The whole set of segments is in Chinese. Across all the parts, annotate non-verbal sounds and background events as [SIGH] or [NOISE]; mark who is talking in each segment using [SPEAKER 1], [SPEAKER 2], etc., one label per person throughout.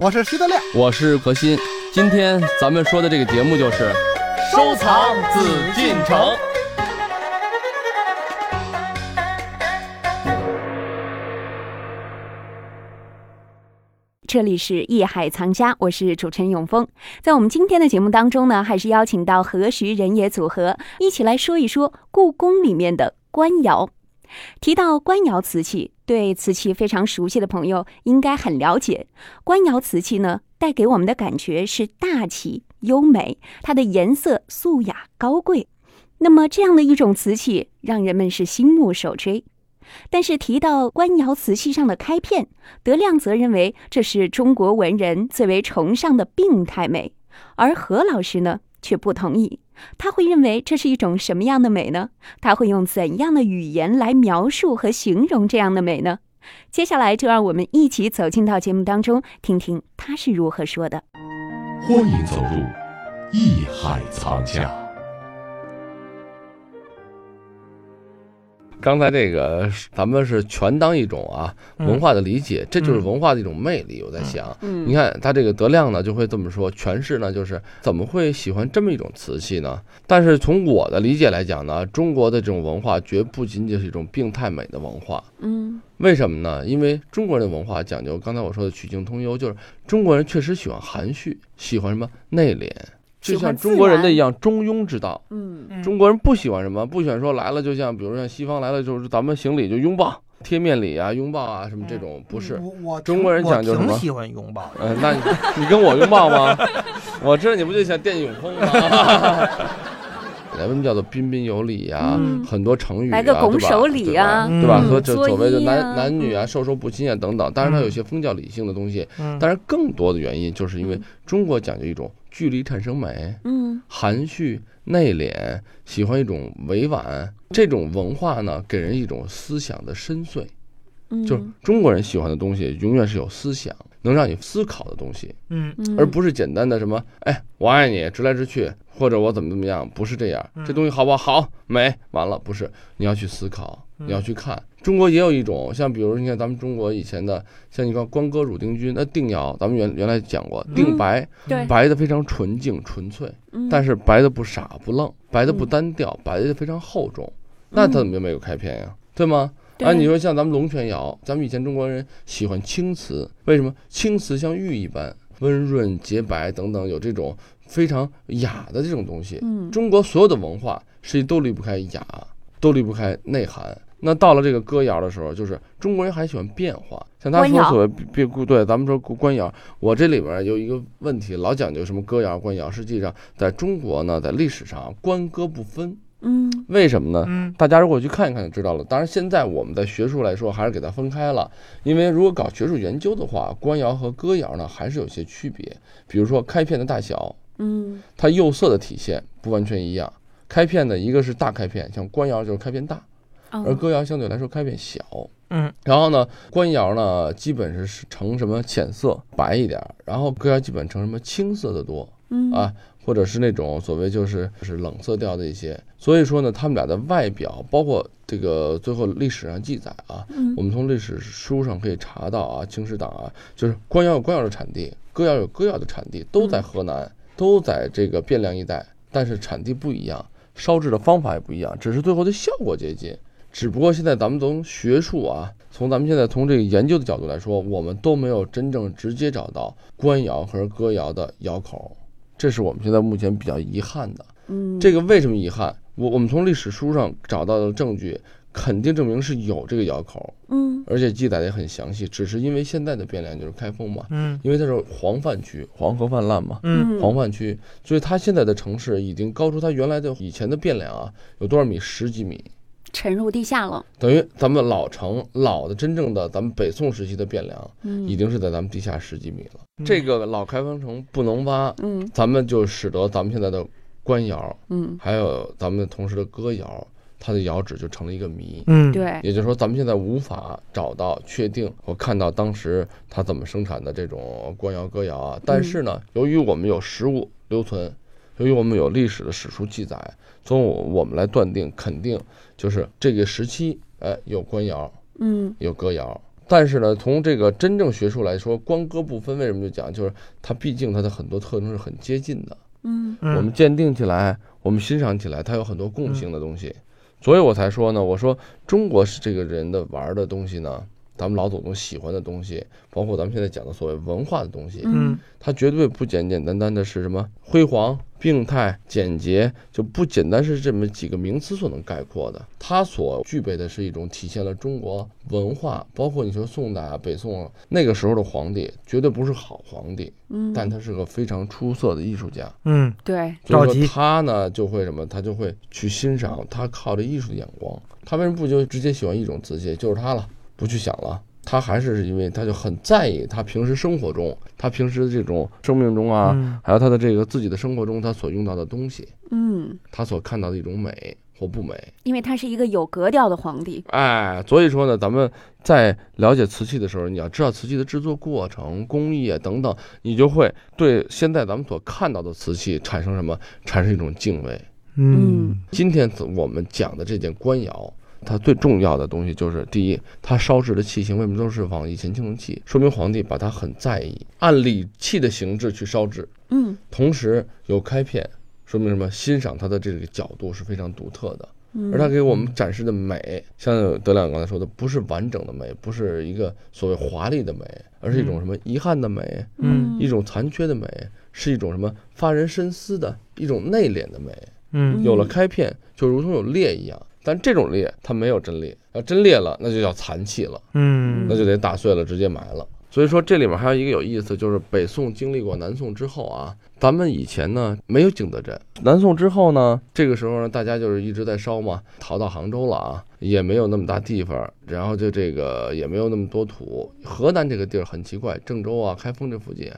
[SPEAKER 1] 我是徐德亮，
[SPEAKER 2] 我是何鑫。今天咱们说的这个节目就是
[SPEAKER 1] 收藏紫禁城。
[SPEAKER 3] 这里是艺海藏家，我是主持人永峰。在我们今天的节目当中呢，还是邀请到何时人也组合一起来说一说故宫里面的官窑。提到官窑瓷器，对瓷器非常熟悉的朋友应该很了解。官窑瓷器呢，带给我们的感觉是大气优美，它的颜色素雅高贵。那么这样的一种瓷器，让人们是心目手追。但是提到官窑瓷器上的开片，德亮则认为这是中国文人最为崇尚的病态美，而何老师呢却不同意。他会认为这是一种什么样的美呢？他会用怎样的语言来描述和形容这样的美呢？接下来就让我们一起走进到节目当中，听听他是如何说的。
[SPEAKER 4] 欢迎走入艺海藏家。
[SPEAKER 2] 刚才这个咱们是全当一种啊文化的理解，这就是文化的一种魅力。我在想，
[SPEAKER 3] 嗯
[SPEAKER 2] 你看他这个德亮呢，就会这么说，诠释呢就是怎么会喜欢这么一种瓷器呢？但是从我的理解来讲呢，中国的这种文化绝不仅仅是一种病态美的文化。
[SPEAKER 3] 嗯
[SPEAKER 2] 为什么呢？因为中国人的文化讲究刚才我说的曲径通幽，就是中国人确实喜欢含蓄，喜欢什么内敛，就
[SPEAKER 3] 喜欢
[SPEAKER 2] 像
[SPEAKER 3] 自
[SPEAKER 2] 中国人的
[SPEAKER 3] 然
[SPEAKER 2] 一样中庸之道。
[SPEAKER 3] 嗯
[SPEAKER 2] 中国人不喜欢什么？不喜欢说来了就像，比如像西方来了就是咱们行礼就拥抱、贴面礼啊、拥抱啊什么这
[SPEAKER 3] 嗯
[SPEAKER 2] 种，不是？
[SPEAKER 1] 我我
[SPEAKER 2] 中国人讲究
[SPEAKER 5] 我
[SPEAKER 2] 什
[SPEAKER 5] 挺
[SPEAKER 2] 么？
[SPEAKER 5] 喜欢拥抱的。
[SPEAKER 2] 呃，那你你跟我拥抱吗？ [LAUGHS] 我知道你不就想电泳风吗？ [LAUGHS] 咱们叫做彬彬有礼啊呀、
[SPEAKER 3] 嗯
[SPEAKER 2] 很多成语啊，
[SPEAKER 3] 来个拱
[SPEAKER 2] 对吧
[SPEAKER 3] 手礼啊
[SPEAKER 2] 对吧？
[SPEAKER 5] 嗯
[SPEAKER 2] 和这
[SPEAKER 3] 作揖
[SPEAKER 2] 所谓的
[SPEAKER 3] 啊
[SPEAKER 2] 男男女啊，
[SPEAKER 3] 嗯
[SPEAKER 2] 授受不亲啊等等。当然，它有些宗教理性的东西，但是更多的原因就是因为
[SPEAKER 3] 嗯
[SPEAKER 2] 中国讲究一种距离产生美，
[SPEAKER 3] 嗯
[SPEAKER 2] 含蓄内敛，喜欢一种委婉。这种文化呢，给人一种思想的深邃。
[SPEAKER 3] 嗯，
[SPEAKER 2] 就是中国人喜欢的东西，永远是有思想，能让你思考的东西，
[SPEAKER 5] 嗯
[SPEAKER 2] 而不是简单的什么“哎，我爱你”直来直去，或者我怎么怎么样，不是这样。
[SPEAKER 3] 嗯
[SPEAKER 2] 这东西好不好？好，美，完了不是，你要去思考，
[SPEAKER 3] 嗯
[SPEAKER 2] 你要去看。中国也有一种像，比如你看咱们中国以前的，像你看关歌汝定军，那定窑，咱们原原来讲过，定
[SPEAKER 3] 嗯
[SPEAKER 2] 白，
[SPEAKER 3] 对，嗯
[SPEAKER 2] 白的非常纯净纯粹，但
[SPEAKER 3] 是
[SPEAKER 2] 是白的不傻不愣，白的不
[SPEAKER 3] 嗯
[SPEAKER 2] 单调，白的非常厚重，那它怎么就没有开篇呀？对吗？啊，
[SPEAKER 3] 嗯对
[SPEAKER 2] 你说像咱们龙泉窑，咱们以前中国人喜欢青瓷，为什么？青瓷像玉一般温润洁白等等，有这种非常雅的这种东西。
[SPEAKER 3] 嗯
[SPEAKER 2] 中国所有的文化实际都离不开雅，都离不开内涵。那到了这个歌谣的时候，就是中国人还喜欢变化，像他
[SPEAKER 3] 官
[SPEAKER 2] 说
[SPEAKER 3] 窑
[SPEAKER 2] 所谓变故，对，咱们说故官窑，我这里边有一个问题，老讲究什么歌谣、官窑，实际上在中国呢，在历史上官歌不分，
[SPEAKER 3] 嗯
[SPEAKER 2] 为什么呢？
[SPEAKER 5] 嗯
[SPEAKER 2] 大家如果去看一看就知道了。当然，现在我们在学术来说还是给它分开了，因为如果搞学术研究的话，官窑和歌窑呢还是有些区别，比如说开片的大小，
[SPEAKER 3] 嗯
[SPEAKER 2] 它釉色的体现不完全一样。开片的一个是大开片，像官窑就是开片大，而
[SPEAKER 3] 哦
[SPEAKER 2] 歌窑相对来说开片小。
[SPEAKER 5] 嗯，
[SPEAKER 2] 然后呢，官窑呢基本是是呈什么浅色白一点儿，然后歌窑基本呈什么青色的多
[SPEAKER 3] 嗯
[SPEAKER 2] 啊，或者是那种所谓就是就是冷色调的一些。所以说呢，他们俩的外表，包括这个最后历史上记载啊，
[SPEAKER 3] 嗯
[SPEAKER 2] 我们从历史书上可以查到啊，清史档啊，就是官窑有官窑的产地，歌窑有歌窑的产地，都
[SPEAKER 3] 嗯
[SPEAKER 2] 在河南，都在这个汴梁一带，但是产地不一样，烧制的方法也不一样，只是最后的效果接近。只不过现在咱们从学术啊，从咱们现在从这个研究的角度来说，我们都没有真正直接找到官窑和歌窑的窑口，这是我们现在目前比较遗憾的。
[SPEAKER 3] 嗯
[SPEAKER 2] 这个为什么遗憾？我我们从历史书上找到的证据，肯定证明是有这个窑口，
[SPEAKER 3] 嗯
[SPEAKER 2] 而且记载的也很详细。只是因为现在的汴梁就是开封嘛，
[SPEAKER 5] 嗯
[SPEAKER 2] 因为它是黄泛区，黄河泛滥嘛，
[SPEAKER 5] 嗯
[SPEAKER 2] 黄泛区，所以它现在的城市已经高出它原来的以前的汴梁啊有多少米？十几米，
[SPEAKER 3] 沉入地下了，
[SPEAKER 2] 等于咱们老城老的真正的咱们北宋时期的汴梁，已
[SPEAKER 3] 嗯
[SPEAKER 2] 经是在咱们地下十几米了。
[SPEAKER 5] 嗯
[SPEAKER 2] 这个老开封城不能挖，
[SPEAKER 3] 嗯
[SPEAKER 2] 咱们就使得咱们现在的官窑，
[SPEAKER 3] 嗯
[SPEAKER 2] 还有咱们同时的歌窑，它的窑址就成了一个谜。
[SPEAKER 5] 嗯，
[SPEAKER 3] 对，
[SPEAKER 2] 也就是说，咱们现在无法找到、确定和看到当时它怎么生产的这种官窑、歌窑啊。但是呢，由于我们有实物留存，由于我们有历史的史书记载，所以我我们来断定，肯定就是这个时期，哎，有官窑，
[SPEAKER 3] 嗯
[SPEAKER 2] 有歌谣。但是呢，从这个真正学术来说，光歌不分，为什么就讲？就是它毕竟它的很多特征是很接近的，
[SPEAKER 3] 嗯
[SPEAKER 2] 我们鉴定起来，我们欣赏起来，它有很多共性的东西，所以我才说呢，我说中国是这个人的玩儿的东西呢，咱们老祖宗喜欢的东西，包括咱们现在讲的所谓文化的东西，
[SPEAKER 1] 嗯
[SPEAKER 2] 它绝对不简简单单的是什么辉煌、病态、简洁，就不简单是这么几个名词所能概括的。它所具备的是一种体现了中国文化，包括你说宋代啊、北宋啊那个时候的皇帝，绝对不是好皇帝，
[SPEAKER 3] 嗯，
[SPEAKER 2] 但他是个非常出色的艺术家。
[SPEAKER 1] 嗯
[SPEAKER 3] 对，
[SPEAKER 2] 所
[SPEAKER 1] 着
[SPEAKER 2] 以
[SPEAKER 1] 急
[SPEAKER 2] 说他呢就会什么，他就会去欣赏，他靠着艺术的眼光，他为什么不就直接喜欢一种瓷器，就是他了，不去想了。他还是因为他就很在意他平时生活中，他平时这种生命中啊，
[SPEAKER 1] 嗯
[SPEAKER 2] 还有他的这个自己的生活中他所用到的东西，
[SPEAKER 3] 嗯，
[SPEAKER 2] 他所看到的一种美或不美。
[SPEAKER 3] 因为他是一个有格调的皇帝，
[SPEAKER 2] 哎，所以说呢，咱们在了解瓷器的时候，你要知道瓷器的制作过程、工艺啊等等，你就会对现在咱们所看到的瓷器产生什么？产生一种敬畏。
[SPEAKER 1] 嗯
[SPEAKER 2] 今天我们讲的这件官窑，它最重要的东西就是：第一，它烧制的器型为什么都是往以前青铜器，说明皇帝把它很在意，按礼器的形制去烧制，
[SPEAKER 3] 嗯
[SPEAKER 2] 同时有开片，说明什么？欣赏它的这个角度是非常独特的。
[SPEAKER 3] 嗯
[SPEAKER 2] 而它给我们展示的美，像德亮刚才说的，不是完整的美，不是一个所谓华丽的美，而是一种什么遗憾的美，
[SPEAKER 1] 嗯
[SPEAKER 2] 一种残缺的美，是一种什么发人深思的一种内敛的美。
[SPEAKER 1] 嗯
[SPEAKER 2] 有了开片，就如同有裂一样。但这种裂它没有真裂，要真裂了，那就叫残器了，
[SPEAKER 1] 嗯
[SPEAKER 2] 那就得打碎了直接埋了。所以说这里面还有一个有意思，就是北宋经历过南宋之后啊，咱们以前呢没有景德镇，南宋之后呢，这个时候呢大家就是一直在烧嘛，逃到杭州了啊，也没有那么大地方，然后就这个也没有那么多土。河南这个地儿很奇怪，郑州啊、开封这附近，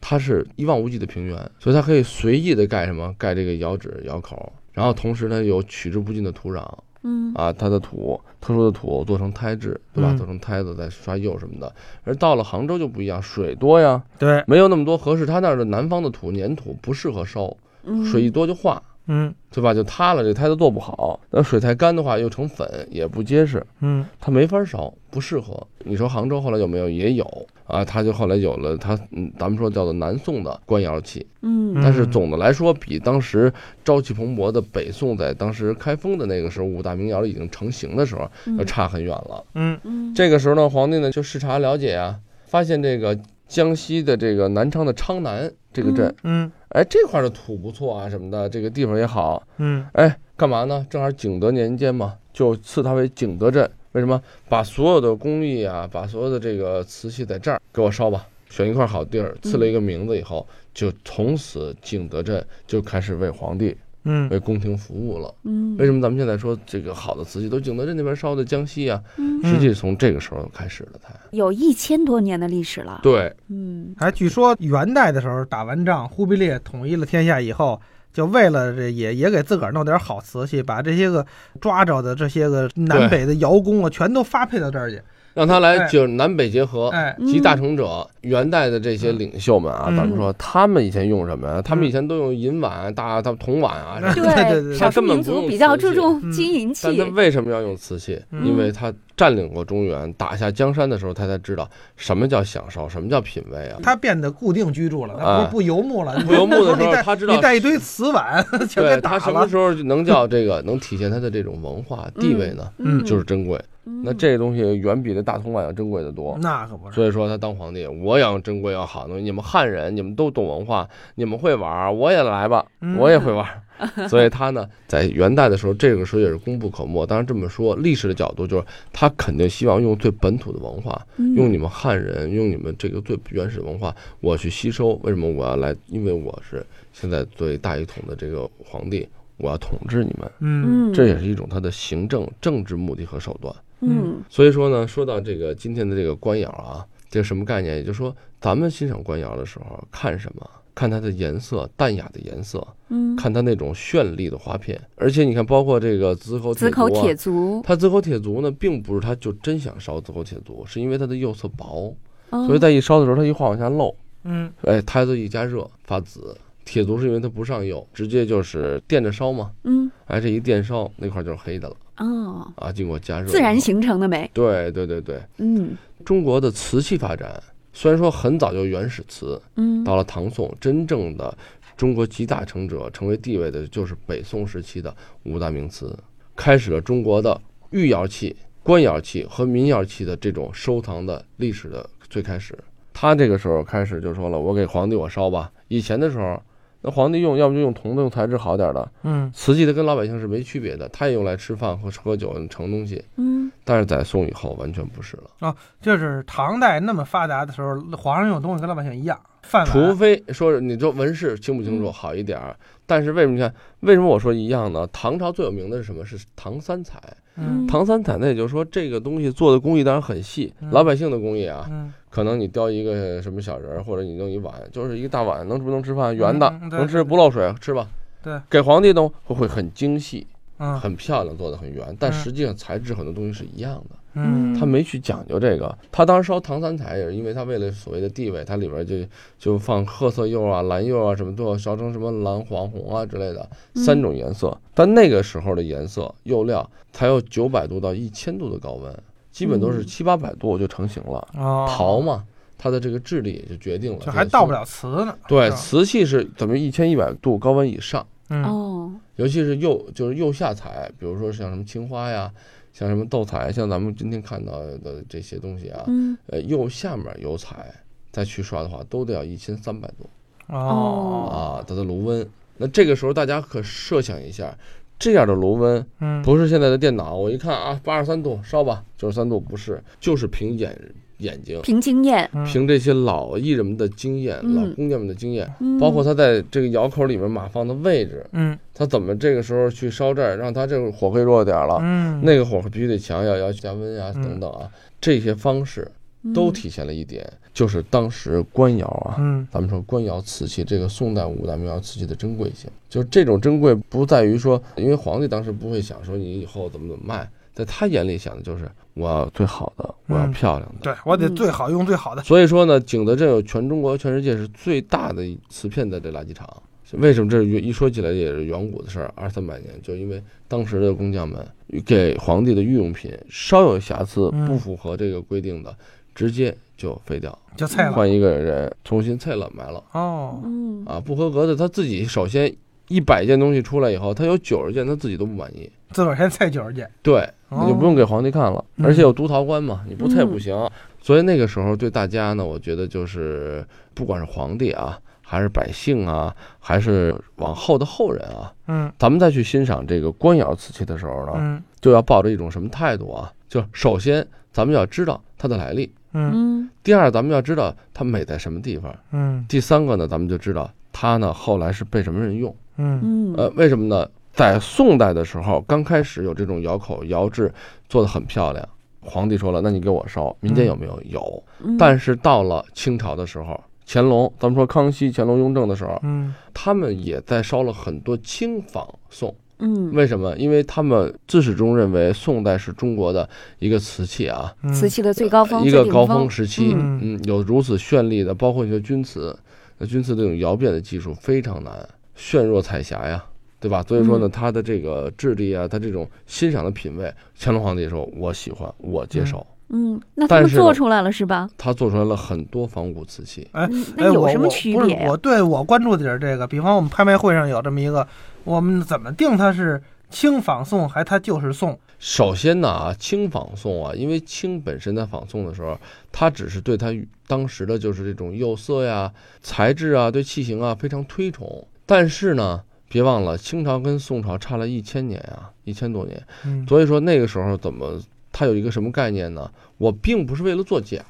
[SPEAKER 2] 它是一望无际的平原，所以它可以随意的盖什么盖这个窑址、窑口，然后同时呢有取之不尽的土壤
[SPEAKER 3] 嗯
[SPEAKER 2] 啊，它的土特殊的土做成胎质，对吧？
[SPEAKER 1] 嗯
[SPEAKER 2] 做成胎子再刷釉什么的。而到了杭州就不一样，水多呀，
[SPEAKER 1] 对
[SPEAKER 2] 没有那么多合适。它那儿的南方的土粘土不适合烧，
[SPEAKER 3] 嗯，
[SPEAKER 2] 啊水一多就化。
[SPEAKER 1] 嗯
[SPEAKER 2] 对吧？就塌了，这胎都做不好。那水太干的话，又成粉，也不结实。
[SPEAKER 1] 嗯
[SPEAKER 2] 它没法烧，不适合。你说杭州后来有没有？也有啊，它就后来有了它，嗯，咱们说叫做南宋的官窑器，
[SPEAKER 3] 嗯
[SPEAKER 2] 但是总的来说，比当时朝气蓬勃的北宋在当时开封的那个时候，五大名窑已经成型的时候，要差很远了。
[SPEAKER 1] 嗯
[SPEAKER 3] 嗯
[SPEAKER 2] 呃这个时候呢，皇帝呢就视察了解啊，发现这个江西的这个南昌的昌南这个镇，
[SPEAKER 1] 嗯
[SPEAKER 2] 哎，这块儿的土不错啊，什么的，这个地方也好，
[SPEAKER 1] 嗯
[SPEAKER 2] 哎，干嘛呢？正好景德年间嘛，就赐它为景德镇。为什么？把所有的工艺啊，把所有的这个瓷器在这儿给我烧吧，选一块好地儿，
[SPEAKER 1] 嗯
[SPEAKER 2] 赐了一个名字以后，就从此景德镇就开始为皇帝、
[SPEAKER 1] 嗯
[SPEAKER 2] 为宫廷服务了。
[SPEAKER 3] 嗯
[SPEAKER 2] 为什么咱们现在说这个好的瓷器都景德镇那边烧的江西啊？
[SPEAKER 3] 嗯
[SPEAKER 2] 实际从这个时候开始的才
[SPEAKER 3] 有一千多年的历史了，
[SPEAKER 2] 对，
[SPEAKER 3] 嗯
[SPEAKER 1] 哎，据说元代的时候打完仗，忽必烈统一了天下以后，就为了这也也给自个儿弄点好瓷器，把这些个抓着的这些个南北的窑工啊，全都发配到这儿去。
[SPEAKER 2] 让他来
[SPEAKER 1] 哎
[SPEAKER 2] 就是南北结合。
[SPEAKER 1] 哎，
[SPEAKER 2] 集大成者，元代的这些领袖们啊，
[SPEAKER 1] 嗯
[SPEAKER 2] 咱们说他们以前用什么呀？他们
[SPEAKER 1] 嗯
[SPEAKER 2] 以前都用银碗、大、大铜碗啊，
[SPEAKER 1] 对
[SPEAKER 2] [LAUGHS]
[SPEAKER 1] 对对
[SPEAKER 3] 嗯对，少数
[SPEAKER 2] 根本
[SPEAKER 3] 民
[SPEAKER 2] 不
[SPEAKER 3] 族
[SPEAKER 2] 用
[SPEAKER 3] 比较
[SPEAKER 2] 瓷器
[SPEAKER 3] 注重
[SPEAKER 1] 嗯
[SPEAKER 3] 金银器
[SPEAKER 2] 但，他为什么要用瓷器？
[SPEAKER 1] 嗯
[SPEAKER 2] 因为他占领过中原，打下江山的时候，他才知道什么叫享受，什么叫品味啊。
[SPEAKER 1] 他变得固定居住了，他
[SPEAKER 2] 哎
[SPEAKER 1] 不不游牧了。
[SPEAKER 2] 不游牧的时候
[SPEAKER 1] 你带
[SPEAKER 2] 他知道
[SPEAKER 1] 嗯 [LAUGHS] 你带一堆瓷碗 [LAUGHS] 全
[SPEAKER 2] 对
[SPEAKER 1] 给
[SPEAKER 2] 他
[SPEAKER 1] 打
[SPEAKER 2] 什么
[SPEAKER 1] 了。
[SPEAKER 2] 时候就能叫这个能体现他的这种文化地位呢？
[SPEAKER 1] 嗯
[SPEAKER 2] 就是珍贵。
[SPEAKER 3] 嗯
[SPEAKER 2] 那这东西远比那大铜碗要珍贵的多。
[SPEAKER 1] 那可不是，
[SPEAKER 2] 所以说他当皇帝，我也要珍贵要好东西。你们汉人，你们都懂文化，你们会玩儿，我也来吧，
[SPEAKER 1] 嗯
[SPEAKER 2] 我也会玩儿。
[SPEAKER 1] [LAUGHS]
[SPEAKER 2] 所以他呢，在元代的时候，这个时候也是功不可没。当然这么说，历史的角度就是他肯定希望用最本土的文化，
[SPEAKER 1] 嗯
[SPEAKER 3] 嗯
[SPEAKER 2] 用你们汉人，用你们这个最原始文化，我去吸收。为什么我要来？因为我是现在最大一统的这个皇帝，我要统治你们。
[SPEAKER 1] 嗯
[SPEAKER 3] 嗯
[SPEAKER 2] 这也是一种他的行政政治目的和手段。
[SPEAKER 3] 嗯
[SPEAKER 2] 所以说呢，说到这个今天的这个官窑啊，这个什么概念？也就是说，咱们欣赏官窑的时候看什么？看它的颜色，淡雅的颜色，
[SPEAKER 3] 嗯，
[SPEAKER 2] 看它那种绚丽的花片。而且你看，包括这个紫口
[SPEAKER 3] 紫口
[SPEAKER 2] 足啊
[SPEAKER 3] 铁足，
[SPEAKER 2] 它紫口铁足呢，并不是它就真想烧紫口铁足，是因为它的釉色薄，所
[SPEAKER 3] 所
[SPEAKER 2] 以在一烧的时候，它一化往下漏，
[SPEAKER 1] 嗯
[SPEAKER 2] 哎，胎子一加热发紫。铁足是因为它不上釉，直接就是电着烧嘛，
[SPEAKER 3] 嗯
[SPEAKER 2] 哎，这一电烧那块就是黑的了
[SPEAKER 3] 哦，
[SPEAKER 2] 啊，经过加热以后，
[SPEAKER 3] 自然形成的美，
[SPEAKER 2] 对对对对，
[SPEAKER 3] 嗯
[SPEAKER 2] 中国的瓷器发展虽然说很早就原始瓷，
[SPEAKER 3] 嗯
[SPEAKER 2] 到了唐宋，真正的中国集大成者成为地位的，就是北宋时期的五大名瓷，开始了中国的御窑器、官窑器和民窑器的这种收藏的历史的最开始。他这个时候开始就说了：“我给皇帝我烧吧。”以前的时候，那皇帝用要不就用铜的，用材质好点儿的，
[SPEAKER 1] 嗯
[SPEAKER 2] 瓷器它跟老百姓是没区别的，它也用来吃饭和喝酒盛东西。
[SPEAKER 3] 嗯
[SPEAKER 2] 但是在宋以后完全不是了，
[SPEAKER 1] 就是唐代那么发达的时候，皇上用的东西跟老百姓一样，饭碗
[SPEAKER 2] 除非说是你说文饰清不
[SPEAKER 1] 嗯
[SPEAKER 2] 清楚好一点儿，但是为什么你看为什么我说一样呢？唐朝最有名的是什么？是唐三彩。
[SPEAKER 1] 嗯
[SPEAKER 2] 唐三彩那也就是说这个东西做的工艺当然很细，
[SPEAKER 1] 嗯
[SPEAKER 2] 老百姓的工艺啊，
[SPEAKER 1] 嗯
[SPEAKER 2] 可能你雕一个什么小人儿，或者你弄一碗，就是一个大碗，能不能吃饭？圆的，
[SPEAKER 1] 嗯嗯对
[SPEAKER 2] 能
[SPEAKER 1] 对
[SPEAKER 2] 吃不漏水，吃吧。
[SPEAKER 1] 对，
[SPEAKER 2] 给皇帝弄会会很精细，
[SPEAKER 1] 嗯
[SPEAKER 2] 很漂亮，做的很圆，但
[SPEAKER 1] 嗯
[SPEAKER 2] 实际上材质很多东西是一样的。
[SPEAKER 1] 嗯
[SPEAKER 2] 他没去讲究这个。他当时烧唐三彩也是因为他为了所谓的地位，它里边就就放褐色釉啊、蓝釉啊什么，都要烧成什么蓝、黄、红啊之类的
[SPEAKER 3] 嗯
[SPEAKER 2] 三种颜色。但那个时候的颜色釉料才有九百度到一千度的高温，基本都是
[SPEAKER 3] 嗯
[SPEAKER 2] 七八百度就成型了。
[SPEAKER 1] 哦
[SPEAKER 2] 陶嘛，它的这个质地也就决定了，
[SPEAKER 1] 就还到不
[SPEAKER 2] 了。
[SPEAKER 1] 了瓷呢，
[SPEAKER 2] 对，
[SPEAKER 1] 是吧
[SPEAKER 2] 瓷器是等于一千一百度高温以上。
[SPEAKER 1] 嗯
[SPEAKER 3] 哦
[SPEAKER 2] 尤其是釉，就是釉下彩，比如说像什么青花呀，像什么斗彩，像咱们今天看到的这些东西啊，
[SPEAKER 3] 嗯
[SPEAKER 2] 呃，釉下面有彩，再去刷的话，都得要一千三百度
[SPEAKER 1] 哦
[SPEAKER 2] 啊，它的炉温。那这个时候大家可设想一下，这样的炉温
[SPEAKER 1] 嗯
[SPEAKER 2] 不是现在的电脑，我一看啊，八十三度烧吧，九十三度不是，就是凭眼眼睛，
[SPEAKER 3] 凭经验，
[SPEAKER 1] 嗯
[SPEAKER 2] 凭这些老艺人们的经验，
[SPEAKER 3] 嗯
[SPEAKER 2] 老姑娘们的经验，
[SPEAKER 3] 嗯
[SPEAKER 2] 包括他在这个窑口里面码放的位置，
[SPEAKER 1] 嗯
[SPEAKER 2] 他怎么这个时候去烧这儿，让他这个火会弱点儿了，
[SPEAKER 1] 嗯
[SPEAKER 2] 那个火必须得强，要要加温啊
[SPEAKER 1] 嗯
[SPEAKER 2] 等等啊，这些方式
[SPEAKER 3] 嗯
[SPEAKER 2] 都体现了一点，就是当时官窑啊。
[SPEAKER 1] 嗯
[SPEAKER 2] 咱们说官窑瓷器，这个宋代五大名窑瓷器的珍贵性，就是这种珍贵不在于说，因为皇帝当时不会想说你以后怎么怎么卖，在他眼里想的就是我要最好的，我要
[SPEAKER 1] 嗯
[SPEAKER 2] 漂亮的。
[SPEAKER 1] 对我得最好用最好的，
[SPEAKER 2] 所以说呢，景德镇有全中国、全世界是最大的一瓷片的这垃圾场。为什么这一说起来也是远古的事儿，二三百年，就因为当时的工匠们给皇帝的御用品稍有瑕疵，
[SPEAKER 1] 嗯
[SPEAKER 2] 不符合这个规定的，直接就废掉，
[SPEAKER 1] 就菜了
[SPEAKER 2] 换一个人重新砌了埋了
[SPEAKER 1] 哦，
[SPEAKER 3] 嗯
[SPEAKER 2] 啊，不合格的他自己首先一百件东西出来以后，他有九十件他自己都不满意，
[SPEAKER 1] 自个儿先菜九十去，
[SPEAKER 2] 对，
[SPEAKER 1] 哦
[SPEAKER 2] 你就不用给皇帝看了，
[SPEAKER 1] 嗯
[SPEAKER 2] 而且有督陶官嘛，你不退不
[SPEAKER 3] 嗯
[SPEAKER 2] 行。所以那个时候对大家呢，我觉得就是不管是皇帝啊，还是百姓啊，还是往后的后人啊，
[SPEAKER 1] 嗯
[SPEAKER 2] 咱们再去欣赏这个官窑瓷器的时候呢，
[SPEAKER 1] 嗯
[SPEAKER 2] 就要抱着一种什么态度啊？就首先咱们要知道它的来历，
[SPEAKER 1] 嗯
[SPEAKER 3] 嗯
[SPEAKER 2] 第二咱们要知道它美在什么地方，
[SPEAKER 1] 嗯
[SPEAKER 2] 第三个呢，咱们就知道它呢后来是被什么人用。
[SPEAKER 1] 嗯
[SPEAKER 3] 嗯
[SPEAKER 2] 呃，为什么呢？在宋代的时候，刚开始有这种窑口窑制做的很漂亮，皇帝说了，那你给我烧。民间有没有？有。
[SPEAKER 3] 嗯
[SPEAKER 2] 但是到了清朝的时候，乾隆，咱们说康熙、乾隆、雍正的时候，
[SPEAKER 1] 嗯
[SPEAKER 2] 他们也在烧了很多清仿宋。
[SPEAKER 3] 嗯
[SPEAKER 2] 为什么？因为他们自始至终认为宋代是中国的一个瓷器啊，
[SPEAKER 1] 嗯，
[SPEAKER 3] 瓷器的最高峰
[SPEAKER 2] 一
[SPEAKER 3] 最
[SPEAKER 2] 个
[SPEAKER 3] 顶
[SPEAKER 2] 高峰时期，
[SPEAKER 1] 嗯
[SPEAKER 2] 嗯，有如此绚丽的，包括你说钧瓷，那钧瓷这种窑变的技术非常难，炫若彩霞呀，对吧？所以说呢，
[SPEAKER 3] 嗯
[SPEAKER 2] 它的这个质地啊，它这种欣赏的品味，乾隆皇帝说我喜欢，我接受，
[SPEAKER 3] 嗯，那他
[SPEAKER 2] 但
[SPEAKER 3] 们
[SPEAKER 2] 是
[SPEAKER 3] 做
[SPEAKER 2] 呢
[SPEAKER 3] 出来了是吧？
[SPEAKER 2] 他做出来了很多仿古瓷器。
[SPEAKER 1] 哎
[SPEAKER 3] 嗯
[SPEAKER 1] 哎
[SPEAKER 3] 那有
[SPEAKER 1] 我
[SPEAKER 3] 什么
[SPEAKER 1] 我
[SPEAKER 3] 区
[SPEAKER 1] 不是
[SPEAKER 3] 别呀
[SPEAKER 1] 我对我关注的点是这个，比方我们拍卖会上有这么一个，我们怎么定它是清仿宋，还它就是宋？
[SPEAKER 2] 首先呢啊，清仿宋啊，因为清本身在仿宋的时候，它只是对它当时的就是这种釉色呀、材质啊、对器型啊非常推崇。但是呢，别忘了清朝跟宋朝差了一千年啊，一千多年。
[SPEAKER 1] 嗯
[SPEAKER 2] 所以说那个时候怎么它有一个什么概念呢？我并不是为了作假，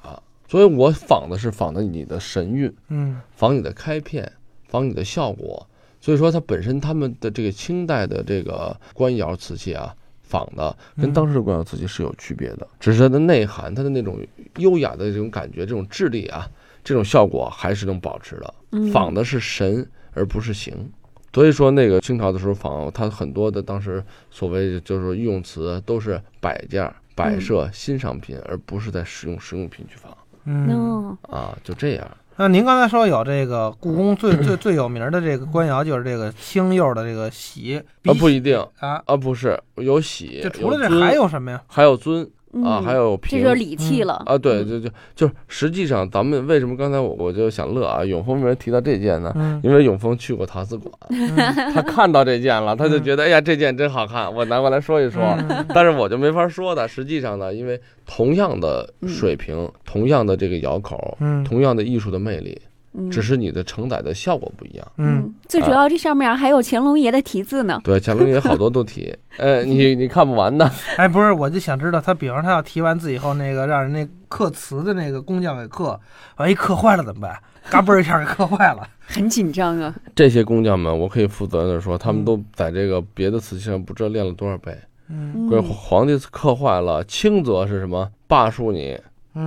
[SPEAKER 2] 所以我仿的是仿的你的神韵，
[SPEAKER 1] 嗯
[SPEAKER 2] 仿你的开片，仿你的效果。所以说它本身他们的这个清代的这个官窑瓷器啊，仿的跟
[SPEAKER 1] 嗯
[SPEAKER 2] 当时的官窑瓷器是有区别的，只是它的内涵、它的那种优雅的这种感觉、这种质地啊、这种效果还是能保持的。
[SPEAKER 3] 嗯
[SPEAKER 2] 仿的是神而不是形。所以说，那个清朝的时候仿它很多的当时所谓就是说御用词都是摆件儿、摆设、欣赏品，而不是在使用实用品去仿
[SPEAKER 1] 嗯。
[SPEAKER 3] 嗯
[SPEAKER 2] 啊，就这样。
[SPEAKER 1] 那您刚才说有这个故宫最最最有名的这个官窑，就是这个青釉的这个玺
[SPEAKER 2] 啊，不一定
[SPEAKER 1] 啊，
[SPEAKER 2] 啊，不是有喜，
[SPEAKER 1] 就除了
[SPEAKER 2] 有尊
[SPEAKER 1] 这还有什么呀？
[SPEAKER 2] 还有尊，啊，
[SPEAKER 3] 嗯
[SPEAKER 2] 还有
[SPEAKER 3] 这
[SPEAKER 2] 瓶
[SPEAKER 3] 就是理气了。
[SPEAKER 2] 啊，对，
[SPEAKER 3] 嗯
[SPEAKER 2] 就就就是实际上咱们为什么刚才我我就想乐啊，永丰为什么提到这件呢？
[SPEAKER 1] 嗯
[SPEAKER 2] 因为永丰去过陶瓷
[SPEAKER 3] [LAUGHS]
[SPEAKER 2] 馆，嗯他看到这件了，他就觉得哎呀这件真好看，我拿过来说一说。
[SPEAKER 1] 嗯
[SPEAKER 2] 但 [LAUGHS] 是我就没法说的。实际上呢，因为同样的
[SPEAKER 3] 嗯
[SPEAKER 2] 水平、同样的这个窑口、
[SPEAKER 1] 嗯
[SPEAKER 2] 同样的艺术的魅力，
[SPEAKER 3] 嗯
[SPEAKER 2] 只是你的承载的效果不一样。
[SPEAKER 1] 嗯，，啊
[SPEAKER 3] 最主要这上面还有乾隆爷的题字呢。
[SPEAKER 2] 对，乾隆爷好多都
[SPEAKER 3] [LAUGHS]
[SPEAKER 2] 提，呃，你你看不完的。
[SPEAKER 1] 哎，不是，我就想知道他，比方他要提完字以后，那个让人那刻瓷的那个工匠给刻，万一刻坏了怎么办？嘎嘣儿一下给刻坏了，
[SPEAKER 3] 很紧张啊。
[SPEAKER 2] 这些工匠们，我可以负责任的说，他们
[SPEAKER 1] 嗯
[SPEAKER 2] 都在这个别的瓷器上不知道练了多少倍。
[SPEAKER 1] 嗯，
[SPEAKER 2] 给
[SPEAKER 3] 嗯
[SPEAKER 2] 皇帝刻坏了，轻则是什么罢黜你，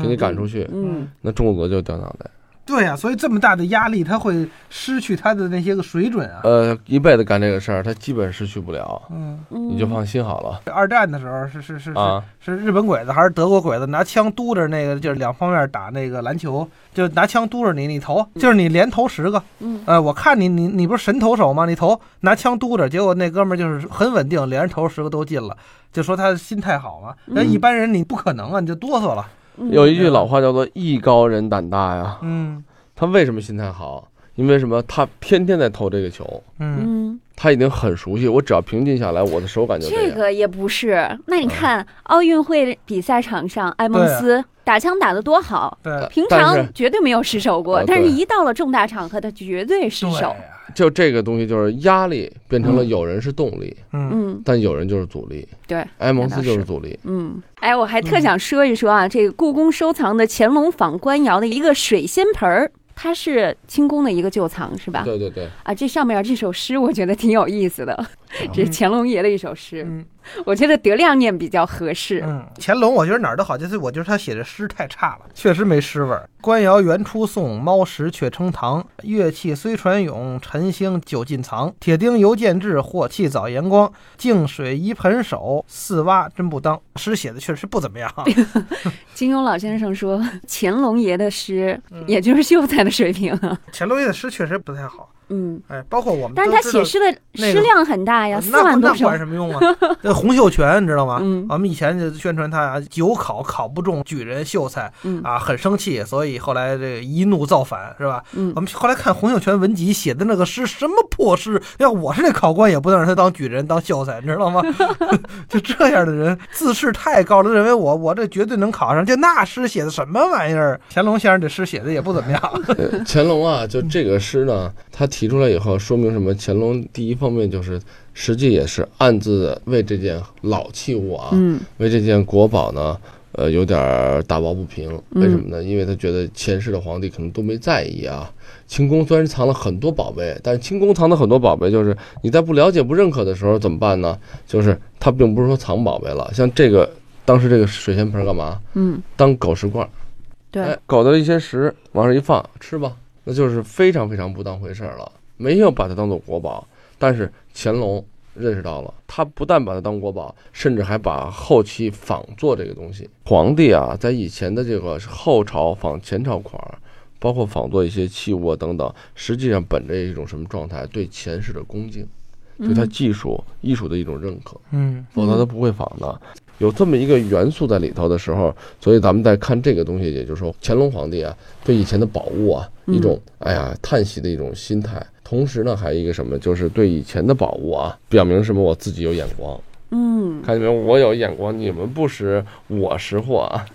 [SPEAKER 2] 给你
[SPEAKER 1] 嗯
[SPEAKER 2] 赶出去，
[SPEAKER 3] 嗯，
[SPEAKER 2] 那重则就掉脑袋。
[SPEAKER 1] 对啊呀、所以这么大的压力，他会失去他的那些个水准啊。
[SPEAKER 2] 呃，一辈子干这个事儿，他基本失去不了，
[SPEAKER 1] 嗯，
[SPEAKER 2] 你
[SPEAKER 3] 你
[SPEAKER 2] 就放心好了
[SPEAKER 1] 二战的时候是是
[SPEAKER 3] 嗯
[SPEAKER 1] 是是、
[SPEAKER 2] 啊。
[SPEAKER 1] 是日本鬼子还是德国鬼子拿枪嘟着那个，就是两方面打那个篮球，就拿枪嘟着你，你投，就是你连投十个。
[SPEAKER 3] 嗯
[SPEAKER 1] 呃，我看你你你不是神投手吗？你投拿枪嘟着，结果那哥们儿就是很稳定，连着投十个都进了，就说他心态好嘛。那
[SPEAKER 3] 嗯
[SPEAKER 1] 一般人你不可能啊，你就哆嗦了。
[SPEAKER 3] 嗯
[SPEAKER 2] 有一句老话叫做“艺高人胆大”呀。
[SPEAKER 1] 嗯
[SPEAKER 2] 他为什么心态好？因为什么？他天天在投这个球，
[SPEAKER 1] 嗯
[SPEAKER 3] 嗯，
[SPEAKER 2] 他已经很熟悉。我只要平静下来，我的手感就
[SPEAKER 3] 这
[SPEAKER 2] 样。嗯
[SPEAKER 3] 个也不是。那你看奥运会比赛场上，埃蒙
[SPEAKER 1] 啊
[SPEAKER 3] 斯打枪打得多好，
[SPEAKER 1] 对
[SPEAKER 3] 平
[SPEAKER 2] 但是
[SPEAKER 3] 常绝对没有失手过
[SPEAKER 2] 啊，
[SPEAKER 3] 但是
[SPEAKER 2] 对
[SPEAKER 3] 一到了重大场合，他绝对失
[SPEAKER 1] 对啊
[SPEAKER 3] 手。
[SPEAKER 1] 呀
[SPEAKER 2] 就这个东西，就是压力变成了有人是动力，
[SPEAKER 1] 嗯
[SPEAKER 3] 嗯，
[SPEAKER 2] 但有人就是阻力。
[SPEAKER 3] 对，
[SPEAKER 2] 埃蒙斯就
[SPEAKER 3] 那倒
[SPEAKER 2] 是
[SPEAKER 3] 是
[SPEAKER 2] 阻力。
[SPEAKER 3] 嗯，哎，我还特想说一说啊，这个故宫收藏的乾隆仿官窑的一个水仙盆儿，它是清宫的一个旧藏，是吧？
[SPEAKER 2] 对对对，
[SPEAKER 3] 啊，这上面这首诗我觉得挺有意思的，这是乾隆爷的一首诗，
[SPEAKER 1] 嗯
[SPEAKER 3] 我觉得德亮念比较合适。
[SPEAKER 1] 嗯，乾隆我觉得哪儿都好，就是我觉得他写的诗太差了，确实没诗味儿。官窑原初宋，猫石却称唐。乐器虽传咏，晨星久尽藏。铁钉犹见制，火气早延光。净水一盆手，四蛙真不当。诗写的确实不怎么 [LAUGHS] 样。
[SPEAKER 3] 金庸老先生说，乾隆爷的诗
[SPEAKER 1] 嗯
[SPEAKER 3] 也就是秀才的水平啊。
[SPEAKER 1] 乾隆爷的诗确实不太好，
[SPEAKER 3] 嗯，
[SPEAKER 1] 哎，包括我们
[SPEAKER 3] 但
[SPEAKER 1] 都知
[SPEAKER 3] 是
[SPEAKER 1] 道，
[SPEAKER 3] 他写诗的
[SPEAKER 1] 那个
[SPEAKER 3] 诗量很大哎呀，
[SPEAKER 1] 呃
[SPEAKER 3] 四
[SPEAKER 1] 那
[SPEAKER 3] 万
[SPEAKER 1] 不
[SPEAKER 3] 多
[SPEAKER 1] 那
[SPEAKER 3] 首
[SPEAKER 1] 管。什么用啊？ [LAUGHS] 那洪秀全你知道吗？啊
[SPEAKER 3] 嗯
[SPEAKER 1] 我们以前就宣传他啊，九考考不中举人秀才
[SPEAKER 3] 嗯
[SPEAKER 1] 啊，很生气，所以后来这个一怒造反是吧？
[SPEAKER 3] 嗯
[SPEAKER 1] 我们后来看洪秀全文集写的那个诗，什么破诗！要我是那考官，也不能让他当举人当秀才，你知道吗？ [LAUGHS] 就这样的人自视太高了，认为我我这绝对能考上，就那诗写的什么玩意儿？乾隆先生这诗写的也不怎么样。
[SPEAKER 2] 呃乾隆啊，就这个诗呢，他提出来以后，说明什么？乾隆第一方面就是，实际也是暗自地为这件老器物啊，
[SPEAKER 3] 嗯
[SPEAKER 2] 为这件国宝呢，呃，有点儿打抱不平。
[SPEAKER 3] 嗯
[SPEAKER 2] 为什么呢？因为他觉得前世的皇帝可能都没在意啊。清宫虽然藏了很多宝贝，但是清宫藏的很多宝贝，就是你在不了解、不认可的时候怎么办呢？就是他并不是说藏宝贝了，像这个当时这个水仙盆儿干嘛？
[SPEAKER 3] 嗯，
[SPEAKER 2] 当狗食罐儿，
[SPEAKER 3] 对
[SPEAKER 2] 哎，狗的一些食往上一放，吃吧，那就是非常非常不当回事儿了，没有把它当做国宝。但是乾隆认识到了，他不但把它当国宝，甚至还把后期仿作这个东西。皇帝啊，在以前的这个后朝仿前朝款儿，包括仿作一些器物啊等等，实际上本着一种什么状态？对前世的恭敬，对他
[SPEAKER 3] 嗯
[SPEAKER 2] 技术、艺术的一种认可。
[SPEAKER 1] 嗯
[SPEAKER 2] 否则他不会仿的。有这么一个元素在里头的时候，所以咱们在看这个东西，也就是说，乾隆皇帝啊，对以前的宝物啊，
[SPEAKER 3] 嗯
[SPEAKER 2] 一种哎呀叹息的一种心态。同时呢，还有一个什么，就是对以前的宝物啊，表明什么我自己有眼光，
[SPEAKER 3] 嗯，
[SPEAKER 2] 看见没有，我有眼光，你们不识，我识货
[SPEAKER 3] [LAUGHS]
[SPEAKER 2] 啊，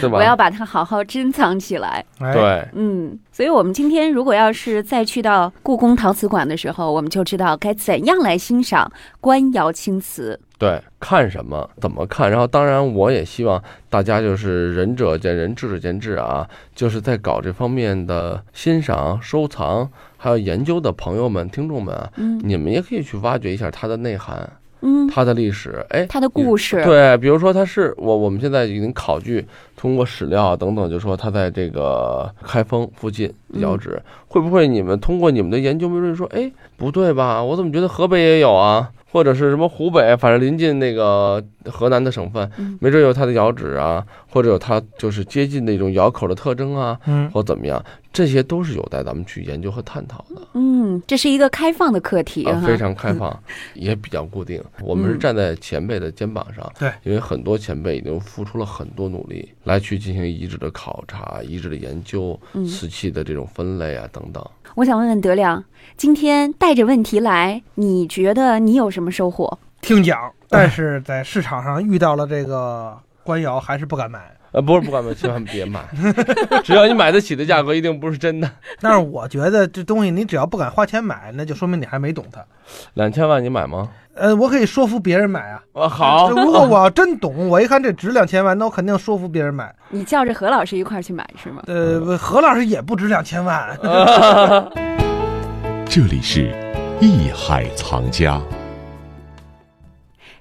[SPEAKER 2] 对
[SPEAKER 3] 我要
[SPEAKER 2] 吧？
[SPEAKER 3] 把它好好珍藏起来。
[SPEAKER 1] 哎，
[SPEAKER 2] 对，
[SPEAKER 3] 嗯，所以我们今天如果要是再去到故宫陶瓷馆的时候，我们就知道该怎样来欣赏官窑青瓷。
[SPEAKER 2] 对，看什么，怎么看。然后，当然，我也希望大家就是仁者见仁，智者见智啊，就是在搞这方面的欣赏、收藏还有研究的朋友们、听众们啊，
[SPEAKER 3] 嗯
[SPEAKER 2] 你们也可以去挖掘一下它的内涵、
[SPEAKER 3] 嗯，
[SPEAKER 2] 它的历史。哎，
[SPEAKER 3] 它的故事。
[SPEAKER 2] 对，比如说它是我我们现在已经考据，通过史料等等，就说它在这个开封附近窑址，会不会你们通过你们的研究，没准说，哎，不对吧？我怎么觉得河北也有啊？或者是什么湖北，反正临近那个河南的省份
[SPEAKER 3] 嗯，
[SPEAKER 2] 没准有它的窑址啊，或者有它就是接近的一种窑口的特征啊，
[SPEAKER 1] 嗯，
[SPEAKER 2] 或怎么样，这些都是有待咱们去研究和探讨的。
[SPEAKER 3] 嗯，这是一个开放的课题
[SPEAKER 2] 啊，
[SPEAKER 3] 哈
[SPEAKER 2] 非常开放，也比较固定。我们是
[SPEAKER 3] 嗯
[SPEAKER 2] 站在前辈的肩膀上，
[SPEAKER 1] 对
[SPEAKER 2] 因为很多前辈已经付出了很多努力来去进行遗址的考察、遗址的研究、
[SPEAKER 3] 嗯
[SPEAKER 2] 瓷器的这种分类啊等等。
[SPEAKER 3] 我想问问德亮，今天带着问题来，你觉得你有什么收获？
[SPEAKER 1] 听讲，但是在市场上遇到了这个官窑，还是不敢买。
[SPEAKER 2] 呃，不是，不管买，千万别买， [LAUGHS] 只要你买得起的价格，一定不是真的。
[SPEAKER 1] 但是我觉得这东西你只要不敢花钱买，那就说明你还没懂它。
[SPEAKER 2] 两千万你买吗？
[SPEAKER 1] 呃，我可以说服别人买啊。
[SPEAKER 2] 啊，好，
[SPEAKER 1] 如果我要真懂，我一看这值两千万，那我肯定说服别人买。
[SPEAKER 3] 你叫着何老师一块儿去买是吗？
[SPEAKER 1] 呃，何老师也不值两千万，
[SPEAKER 4] 这里是艺海藏家。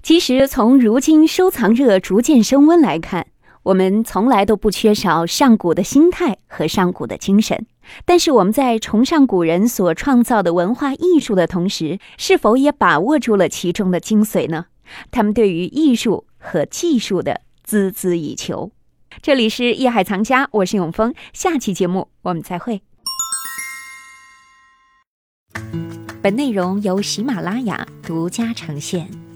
[SPEAKER 3] 其实，从如今收藏热逐渐升温来看，我们从来都不缺少上古的心态和上古的精神。但是，我们在崇尚古人所创造的文化艺术的同时，是否也把握住了其中的精髓呢？他们对于艺术和技术的孜孜以求。这里是艺海藏家，我是永峰，下期节目我们再会。本内容由喜马拉雅独家呈现。